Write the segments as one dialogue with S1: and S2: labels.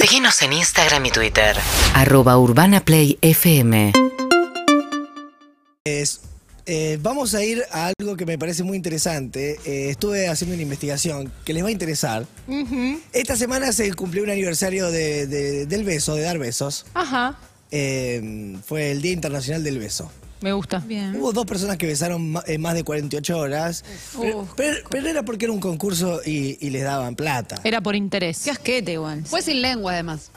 S1: Seguinos en Instagram y Twitter.
S2: Arroba Urbana Play FM.
S3: Es, eh, vamos a ir a algo que me parece muy interesante. Eh, estuve haciendo una investigación que les va a interesar.
S4: Ujú.
S3: Esta semana se cumplió un aniversario de- de- del beso, de dar besos.
S4: Ajá.
S3: Eh, fue el Día Internacional del Beso.
S4: Me gusta.
S5: Bien.
S3: Hubo dos personas que besaron ma- eh, más de 48 horas, pero, pero- pero era porque era un concurso y, y les daban plata.
S5: Eh.
S4: Era por interés.
S5: Qué asquete igual.
S6: Fue sin lengua, además.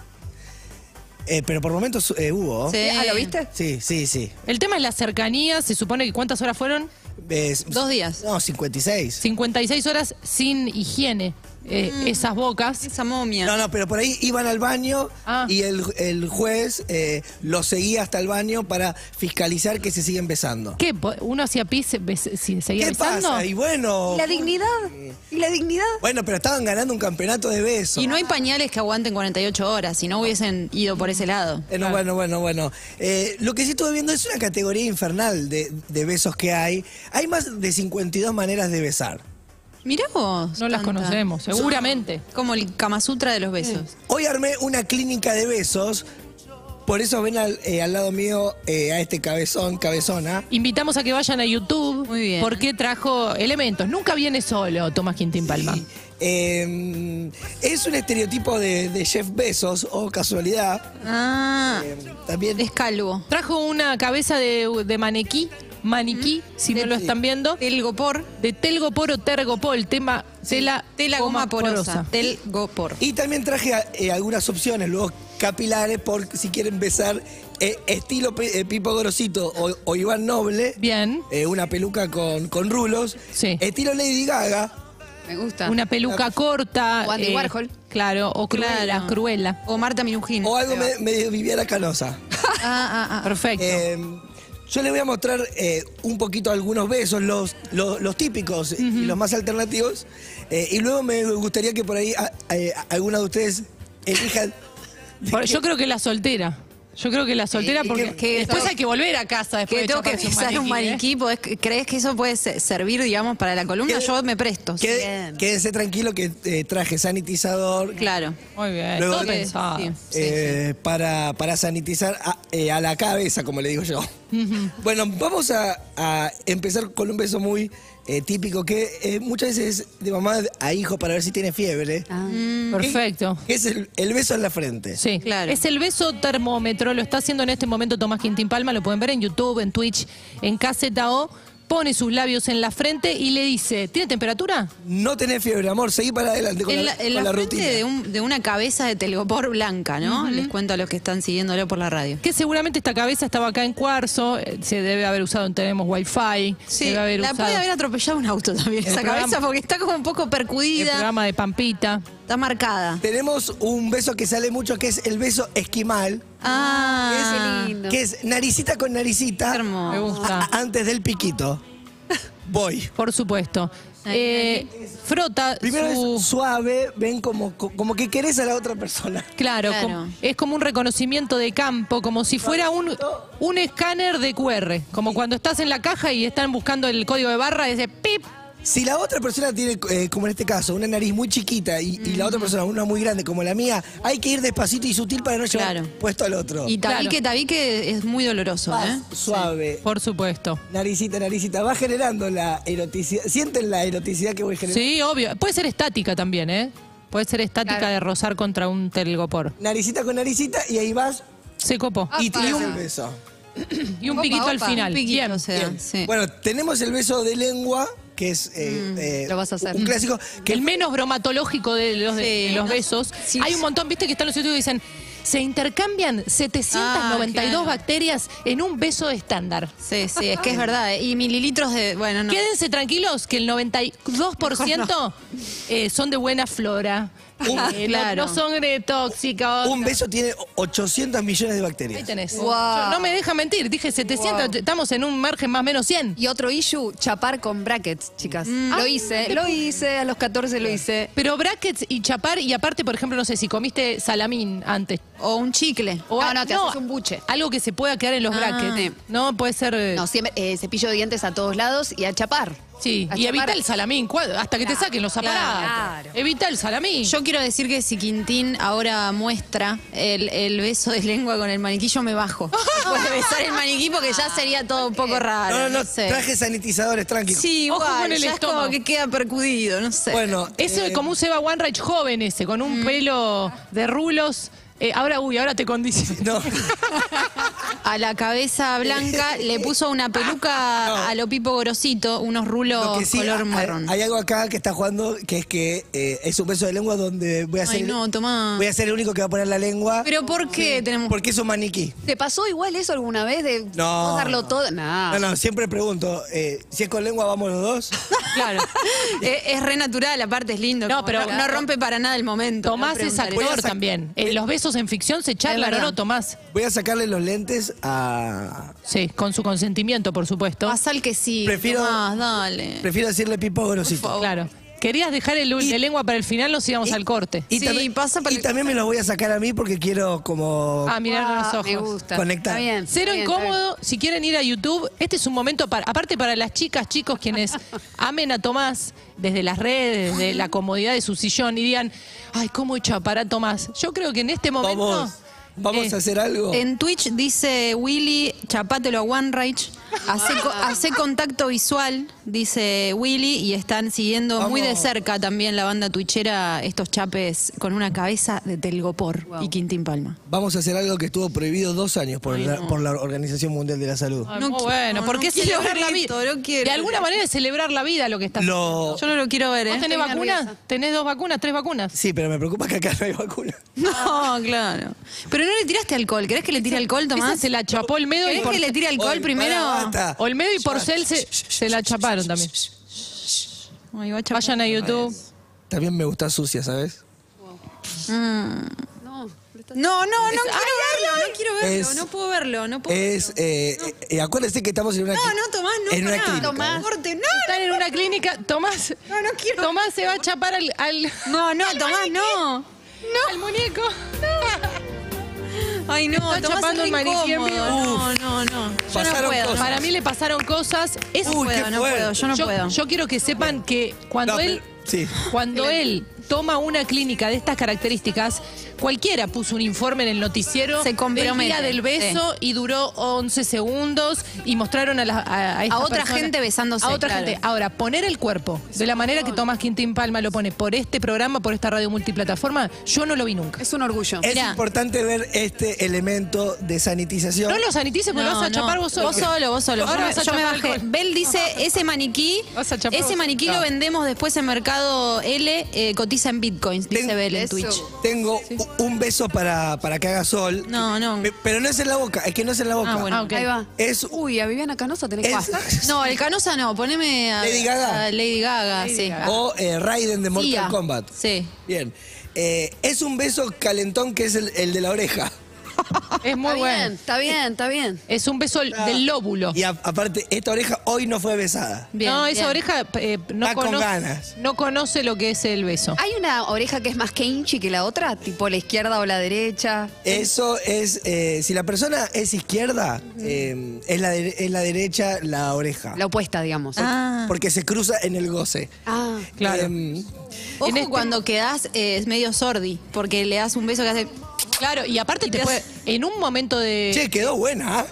S3: Eh, pero por momentos eh, hubo.
S5: Sí.
S6: Ah, ¿Lo viste?
S3: Sí, sí, sí.
S4: El tema es la cercanía. Se supone que cuántas horas fueron?
S3: Es-
S5: Dos días.
S3: No, 56.
S4: 56 horas sin higiene. eh,
S5: Mm.
S4: Esas bocas.
S5: Esa momia.
S3: No, no, pero por ahí iban al baño
S4: Ah.
S3: y el, el juez eh, los seguía hasta el baño para fiscalizar que se siguen besando.
S4: ¿Qué? Po- ¿Uno hacía pis eh, bes- si seguía
S3: ¿Qué
S4: besando?
S3: pasa? Y bueno.
S6: ¿Y la dignidad? ¿Y la dignidad?
S3: Bueno, pero estaban ganando un campeonato de besos.
S5: Y no hay pañales que aguanten 48 horas, si no hubiesen ido por ese lado.
S3: Eh, no, bueno, bueno, bueno. Eh, lo que sí estuve viendo es una categoría infernal de, de besos que hay. Hay más de 52 maneras de besar.
S5: Mirá vos.
S4: No las
S5: tanta.
S4: conocemos, seguramente.
S5: Como el Kama Sutra de los besos.
S3: Hoy armé una clínica de besos. Por eso ven al, eh, al lado mío eh, a este cabezón, cabezona.
S4: Invitamos a que vayan a YouTube
S5: Muy bien.
S4: porque trajo elementos. Nunca viene solo Tomás Quintín Palma.
S3: Eh, es un estereotipo de, de Jeff Bezos, o casualidad.
S5: Ah,
S3: Eh, también
S5: es calvo.
S4: Trajo una cabeza de, de maniquí, maniquí, si no lo están viendo,
S5: Telgopor.
S4: de telgopor o tergopol, tema tela,
S5: Tela goma porosa. Telgopor.
S3: Y también traje a- eh, algunas opciones, luego capilares, por si quieren besar eh, estilo Pe- eh, Pipo Gorosito o, o Iván Noble.
S4: Bien.
S3: Eh, una peluca con, con rulos.
S4: Sí.
S3: Estilo Lady Gaga.
S6: Me gusta.
S4: Una peluca corta. eh,
S6: O Andy Warhol.
S4: Claro, o cruela,
S5: Claro.
S4: cruela.
S5: O Marta
S4: Mm.
S5: Minujín.
S3: O algo me- medio Viviana Canosa.
S5: Ah, ah, ah.
S4: Perfecto.
S3: Eh, yo les voy a mostrar eh, un poquito algunos besos, los, los, los típicos y los más alternativos. Eh, y luego me gustaría que por ahí a- eh, alguna de ustedes elijan.
S4: Por- yo creo que la soltera. Yo creo que la soltera
S6: Y que-
S4: porque
S5: que-
S4: después hay que volver a casa después de
S5: Que tengo que
S4: chapar sus
S5: besar un
S4: maniquí, ¿eh?
S5: maniquí, podés- ¿crees que eso puede se- servir, digamos, para la columna?
S3: ¿Qué-
S5: Yo me presto.
S3: Quede-
S5: Pues Bien.
S3: quédense tranquilo que eh, traje sanitizador
S5: Claro.
S4: Muy bien.
S3: Luego
S4: todo
S3: de-
S4: pensado.
S5: Sí.
S3: eh, Para, para sanitizar a, eh, a la cabeza, como le digo yo. bueno, vamos a, a empezar con un beso muy eh, típico que eh, muchas veces es de mamá a hijo para ver si tiene fiebre.
S5: Ah.
S4: Perfecto.
S3: que es el, el beso en la frente.
S4: Sí,
S5: Mm. Claro.
S4: Es el beso termómetro, lo está haciendo en este momento Tomás Quintín Palma, lo pueden ver en YouTube, en Twitch, en KZO. Pone sus labios en la frente y le dice, ¿tiene temperatura?
S3: No tenés fiebre, amor, seguí para adelante con
S5: En
S3: la,
S5: la,
S3: con
S5: en la
S3: la
S5: frente
S3: rutina.
S5: de, un- de una cabeza de telgopor blanca, ¿no? Les cuento a los que están siguiéndolo por la radio.
S4: Que seguramente esta cabeza estaba acá en cuarzo, eh, se debe haber usado en Tenemos Wi-Fi,
S5: Sí,
S4: debe haber
S5: la
S4: usado
S5: puede haber atropellado un auto también,
S4: El
S5: esa
S4: programa-
S5: cabeza, porque está como un poco
S4: en el
S5: percudida,
S4: programa de Pampita.
S5: está marcada.
S3: Tenemos un beso que sale mucho, que es el beso esquimal,
S5: Ah,
S6: Qué lindo.
S3: que es naricita con naricita.
S6: Ah.
S5: hermoso.
S4: Me gusta.
S3: a- a- antes del piquito. Voy.
S4: Por supuesto. Eh, frota
S3: Primero
S4: su...
S3: es suave, ven como, co- como que querés a la otra persona.
S4: Claro,
S5: Claro.
S4: com- es como un reconocimiento de campo, como si fuera un, un escáner de QR, como cuando estás en la caja y están buscando el código de barra, y dice pip,
S3: Si la otra persona tiene, eh, como en este caso, una nariz muy chiquita y, y la otra persona una muy grande, como la mía, hay que ir despacito y sutil para no llevar
S5: Claro.
S3: puesto al otro.
S5: Y tabique, tabique es muy doloroso, ¿eh?
S3: Paz, suave.
S4: por supuesto.
S3: Naricita, naricita, va generando la eroticidad. Sienten la eroticidad que voy generando.
S4: Sí, obvio. Puede ser estática también, ¿eh? Puede ser estática
S6: Claro.
S4: de rozar contra un telgopor.
S3: Naricita con naricita y ahí vas
S4: Se copó.
S6: Ah,
S3: y, te- y un
S6: para.
S3: beso.
S4: Y un
S6: Opa,
S4: piquito al
S6: opa,
S4: final.
S5: Un piquito
S4: Bien.
S5: se da, Ah, sí. Mm,
S3: Bueno, tenemos el beso de lengua, que es eh, eh,
S6: lo vas a hacer.
S3: un clásico. Que
S4: El menos bromatológico de los, de
S5: Sí.
S4: los besos.
S5: Sí.
S4: Hay un montón, viste, que están los estudios que dicen, se intercambian 792
S5: Ah, claro.
S4: bacterias en un beso estándar.
S5: Sí, sí, es que es verdad. ¿eh? Y mililitros de, bueno, no.
S4: Quédense tranquilos que el 92% eh, son de buena flora. Eh, no-
S5: Ah, Claro.
S4: no, son eh, tóxicos.
S3: un beso tiene 800 millones de
S4: Ahí
S3: bacterias.
S4: tenés.
S6: Wow.
S4: Yo- No me deja mentir, dije 700, estamos en un margen más o menos 100.
S6: Y otro issue, chapar con brackets, chicas. Lo hice, lo hice, a los 14 lo hice.
S4: Pero brackets y chapar, y aparte, por ejemplo, no sé, si comiste salamín antes.
S5: O un chicle.
S4: O
S6: No,
S4: a-
S6: no, te haces un buche.
S4: Algo que se pueda quedar en los
S5: Ah.
S4: brackets.
S6: Sí.
S4: No, puede ser... eh,
S6: No, siempre, eh, cepillo de dientes a todos lados y a chapar.
S4: Sí,
S6: A
S4: y
S6: chapar.
S4: evita el salamín, cuad- hasta que te
S6: Claro,
S4: saquen los
S6: claro,
S4: aparatos.
S6: claro.
S4: Evita el salamín.
S5: Yo quiero decir que si Quintín ahora muestra el, el beso de lengua con el maniquí, yo me bajo. No puedo besar el maniquí porque ya sería todo un poco raro.
S3: No, no, no,
S5: sé.
S3: traje sanitizadores, tranqui.
S5: Sí,
S4: Ojo
S5: igual,
S4: con el
S5: ya es como
S4: estómago.
S5: que queda percudido, no sé.
S3: Bueno,
S4: Ese
S3: eh,
S4: es como un Seba Wanreich joven ese, con un pelo de rulos. Eh, ahora, uy, ahora te condiciona.
S3: No,
S5: A la cabeza blanca le puso una peluca
S3: No.
S5: a lo Pipo Gorosito, unos rulos
S3: lo que sí,
S5: color
S3: hay-
S5: marrón.
S3: Hay, algo acá que está jugando que es que eh, es un beso de lengua donde voy a ser.
S5: Ay, no, tomá.
S3: Voy a ser el único que va a poner la lengua
S5: Pero ¿por qué tenemos
S3: porque es un maniquí.
S6: ¿Te pasó igual eso alguna vez de
S3: No.
S6: vos darlo todo?
S5: Ah.
S6: No.
S3: No, no, siempre pregunto, eh, si es con lengua vamos los dos.
S5: Claro. es, es re natural, aparte es lindo.
S4: No,
S5: como
S4: pero-
S5: no, no rompe para nada el momento.
S4: Tomás
S5: No
S4: es
S5: preguntar
S3: Voy a
S4: actor
S3: sac-
S4: también. Eh, los besos en ficción se charlan, ¿o
S5: verdad.
S4: no, Tomás?
S3: Voy a sacarle los lentes a...
S4: Sí, con su consentimiento, por
S5: eso.
S4: supuesto.
S5: Pasa el que sí.
S3: Prefiero-
S5: Tomás, dale.
S3: Prefiero decirle pipo grosito.
S4: Claro. Querías dejar el, de lengua para el final, nos íbamos al corte.
S5: Sí, pasa por
S3: y
S5: el-
S3: también me los voy a sacar a mí porque quiero como...
S4: A mirar
S6: Ah,
S4: los
S6: Me
S4: ojos.
S6: gusta.
S3: Conectar.
S6: Está bien,
S4: Cero
S6: está bien, está
S4: incómodo, si quieren ir a YouTube, este es un momento para, aparte para las chicas, chicos, quienes amen a Tomás desde las redes, desde la comodidad de su sillón y digan, ay, ¿cómo he hecho para Tomás? Yo creo que en este momento...
S3: Vamos, vamos
S4: eh,
S3: a hacer algo.
S5: En Twitch dice Willy, chapátelo a OneRage, hace, co- hace contacto visual, dice Willy, y están siguiendo muy de
S3: Vamos.
S5: cerca también la banda twitchera estos chapes con una cabeza de Telgopor y Quintín Palma.
S3: Vamos a hacer algo que estuvo prohibido dos años por, la, por la Organización Mundial de la Salud.
S4: ay,
S5: No
S4: muy
S5: qui-
S4: bueno,
S5: no,
S4: ¿por
S5: no
S4: qué
S5: quiero
S4: celebrar
S5: ver
S4: la vida?
S5: esto, no quiero.
S4: de alguna manera es celebrar la vida lo que está
S3: Lo...
S5: Yo no lo quiero ver,
S4: ¿Vos
S5: ¿eh?
S4: tenés vacunas? ¿Tenés dos vacunas? ¿Tres vacunas?
S3: Sí, pero me preocupa que acá no hay vacuna.
S5: No, claro. Pero no le tiraste alcohol. ¿Querés que le tire alcohol,
S4: Esa
S5: Tomás?
S4: se la chapó Olmedo y
S5: ¿Querés que le tire alcohol
S3: Ol-
S5: primero?
S3: Pará, basta.
S4: Olmedo y Porcel se, se la chaparon también.
S5: Ay, va a chapar.
S4: Vayan a YouTube.
S3: También me gusta sucia, ¿sabes?
S6: bien. No, no está-
S5: No, no, no quiero verlo, no quiero verlo,
S3: Es-
S5: no puedo verlo, no puedo
S3: Es... eh, eh, acuérdense que estamos en una...
S5: No, no, Tomás, no,
S3: En una
S5: pará.
S3: clínica.
S5: Tomás. Corte, no, no,
S4: Están en una clínica. Tomás.
S5: No, no quiero.
S4: Tomás se va a chapar al. al
S5: No, no, Tomás, no.
S4: al muñeco.
S5: Ay, no,
S4: Está
S5: Tomás
S4: chapando
S5: es
S4: un
S5: re
S4: maniquí en
S5: incómodo.
S4: vivo.
S5: No, no, no. Yo
S3: Pasaron
S5: no puedo.
S3: cosas.
S4: Para mí le pasaron cosas. Es-
S5: No
S3: Uy, qué
S5: puedo, no
S3: fuerte.
S5: puedo, yo no
S4: yo,
S5: puedo.
S4: yo quiero que sepan que cuando
S3: No, pero-
S4: él.
S3: sí.
S4: Cuando él toma una clínica de estas características, cualquiera puso un informe en el noticiero
S5: Se compromete,
S4: del día del beso y duró 11 segundos y mostraron a, la- a, esta
S5: A otra
S4: persona-
S5: gente besándose,
S4: A otra
S5: claro.
S4: gente. Ahora, poner el cuerpo de la manera que Tomás Quintín Palma lo pone por este programa, por esta radio multiplataforma, yo no lo vi nunca.
S6: Es un orgullo.
S3: Es
S5: Mirá.
S3: importante ver este elemento de sanitización.
S4: No lo sanitices porque lo vas a chapar vos solo.
S5: Vos solo, vos solo.
S4: Ahora
S5: Yo me-
S4: vas a
S5: yo me
S4: chapar
S5: bajé.
S4: alcohol.
S5: Bel dice, ese maniquí,
S4: Vas a chapar
S5: ese
S4: vos.
S5: maniquí lo vendemos después en Mercado L, eh, cotiza en bitcoins, dice
S3: Ten-
S5: Bel en
S6: Eso.
S5: Twitch.
S3: Tengo u- un beso para, para que haga sol.
S5: No, no.
S3: Pe- Pero no es en la boca, es que no es en la boca.
S5: Ah, bueno.
S4: Ah, ok.
S6: Ahí va.
S3: Es-
S6: Uy, a Viviana Canosa tenés que
S3: Es-
S6: pasar.
S5: No, el Canosa no, poneme a
S3: Lady Gaga.
S5: a Lady Gaga, sí.
S3: O eh, Raiden de Mortal
S5: Sia.
S3: Kombat.
S5: Sí.
S3: Bien. Eh, es un beso calentón que es el, el de la oreja.
S4: Es muy
S6: Está bien,
S4: bueno.
S6: está bien, está bien.
S4: Es un beso del
S5: Oh.
S4: lóbulo.
S3: Y a- aparte, esta oreja hoy no fue besada.
S5: Bien,
S4: no, esa
S5: bien.
S4: oreja eh, no,
S3: Va con
S4: conoce,
S3: ganas.
S4: no conoce lo que es el beso.
S6: ¿Hay una oreja que es más que hinchi que la otra? Tipo la izquierda o la derecha.
S3: Eso es, eh, si la persona es izquierda, eh, es, la de- es la derecha la oreja.
S6: La opuesta, digamos.
S5: Ah.
S3: Porque se cruza en el goce.
S6: Ah.
S4: Claro.
S3: Em,
S5: Ojo
S4: En este-
S5: cuando quedás eh, es medio sordi, porque le das un beso que hace.
S4: Claro, y aparte te puede- en un momento de
S3: che, quedó buena. ¿ah?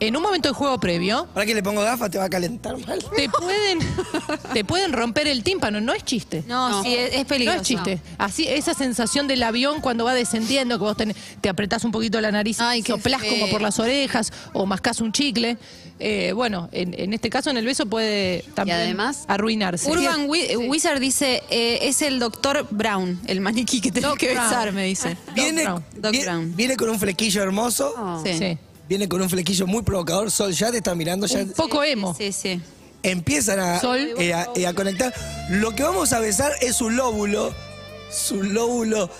S4: en un momento de juego previo
S3: Ahora que le pongo gafas te va a calentar mal.
S4: te pueden te pueden romper el tímpano, no es chiste.
S5: No, sí, es, es
S4: No
S5: peligroso.
S4: es chiste. Así, esa sensación del avión cuando va descendiendo, que vos tenés- te apretás un poquito la nariz,
S5: Ay, qué
S4: soplás
S5: feo.
S4: como por las orejas o mascás un chicle. Eh, bueno, en, en este caso en el beso puede también
S6: además-
S4: arruinarse.
S5: Urban Wi- Wizard dice, eh, es el doctor Brown, el maniquí que tenés
S4: Doc
S5: que
S4: Brown.
S5: besar, me dice.
S3: Viene,
S4: Brown,
S5: Doc
S3: vie-
S5: Brown.
S3: viene con un flequillo hermoso.
S6: Oh.
S5: Sí.
S4: Sí.
S3: Viene con un flequillo muy provocador. Sol ya te está mirando. Ya
S4: Un poco emo.
S5: Sí, sí.
S3: empiezan a,
S4: Sol.
S3: eh, a- eh, a conectar. Lo que vamos a besar es su lóbulo. Su lóbulo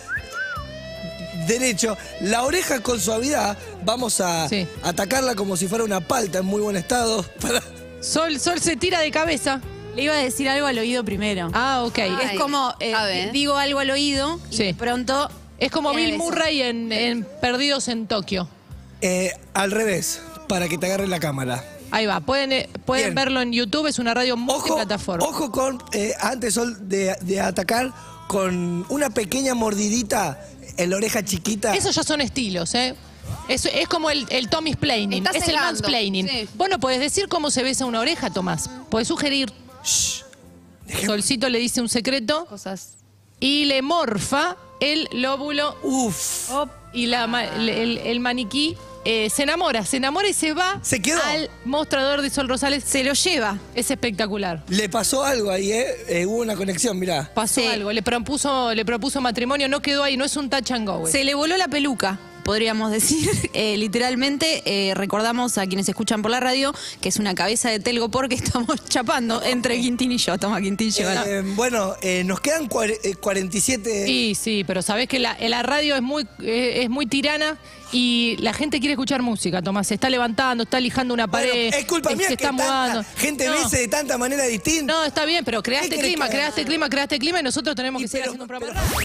S3: derecho. La oreja con suavidad. Vamos a
S4: Sí.
S3: atacarla como si fuera una palta en muy buen estado. Para-
S4: Sol, Sol se tira de cabeza.
S5: Le iba a decir algo al oído primero.
S4: Ah, ok.
S6: Ah.
S5: es como, eh,
S6: a ver.
S5: digo algo al oído y
S4: Sí.
S5: de pronto... eh,
S4: Es como
S5: Tiene
S4: Bill
S5: beso.
S4: Murray en, en Perdidos en Tokio.
S3: Eh, al revés. Para que te agarre la cámara.
S4: Ahí va, pueden, eh, pueden
S3: Bien.
S4: verlo en YouTube, es una radio
S3: Ojo,
S4: multiplataforma.
S3: ojo con eh, antes Sol, de, de atacar con una pequeña mordidita en la oreja chiquita.
S4: Esos ya son estilos, ¿eh? Es, es como el, el Tommy's planning,
S6: Estás
S4: es el
S6: cegando,
S4: mansplaining.
S6: sí.
S4: Vos no podés decir cómo se besa una oreja, Tomás. Podés sugerir. Solcito le dice un secreto
S6: Cosas.
S4: y le morfa el lóbulo
S3: Uf.
S4: y la, ma-
S3: Ah.
S4: el, el- el maniquí eh, se enamora, se enamora y se va
S3: Se quedó.
S4: al mostrador de Sol Rosales, se lo lleva. Es espectacular.
S3: Le pasó algo ahí, ¿eh? Eh, hubo una conexión, mirá.
S4: Pasó
S5: Sí.
S4: algo, le propuso, le propuso matrimonio, no quedó ahí, no es un touch and go. eh.
S5: Se le voló la peluca, podríamos decir. Eh, literalmente, eh, recordamos a quienes escuchan por la radio que es una cabeza de telgo porque estamos chapando entre Quintín y yo. Toma, Quintín, llévala.
S3: Eh, bueno, eh, nos quedan cuare- eh, 47.
S4: Sí, sí, pero sabés que la, la radio es muy, eh, es muy tirana y la gente quiere escuchar música, Tomás. Se está levantando, está lijando una
S3: Bueno,
S4: pared.
S3: es culpa
S4: eh,
S3: mía
S4: se
S3: que
S4: está
S3: tanta
S4: mudando.
S3: gente
S4: no,
S3: bese de tanta manera distinta.
S4: No, está bien, pero creaste
S3: ¿Qué querés
S4: clima,
S3: que haga?
S4: creaste clima, creaste clima y nosotros tenemos
S3: Y
S4: que seguir
S3: pero-
S4: haciendo un programa.
S3: pero-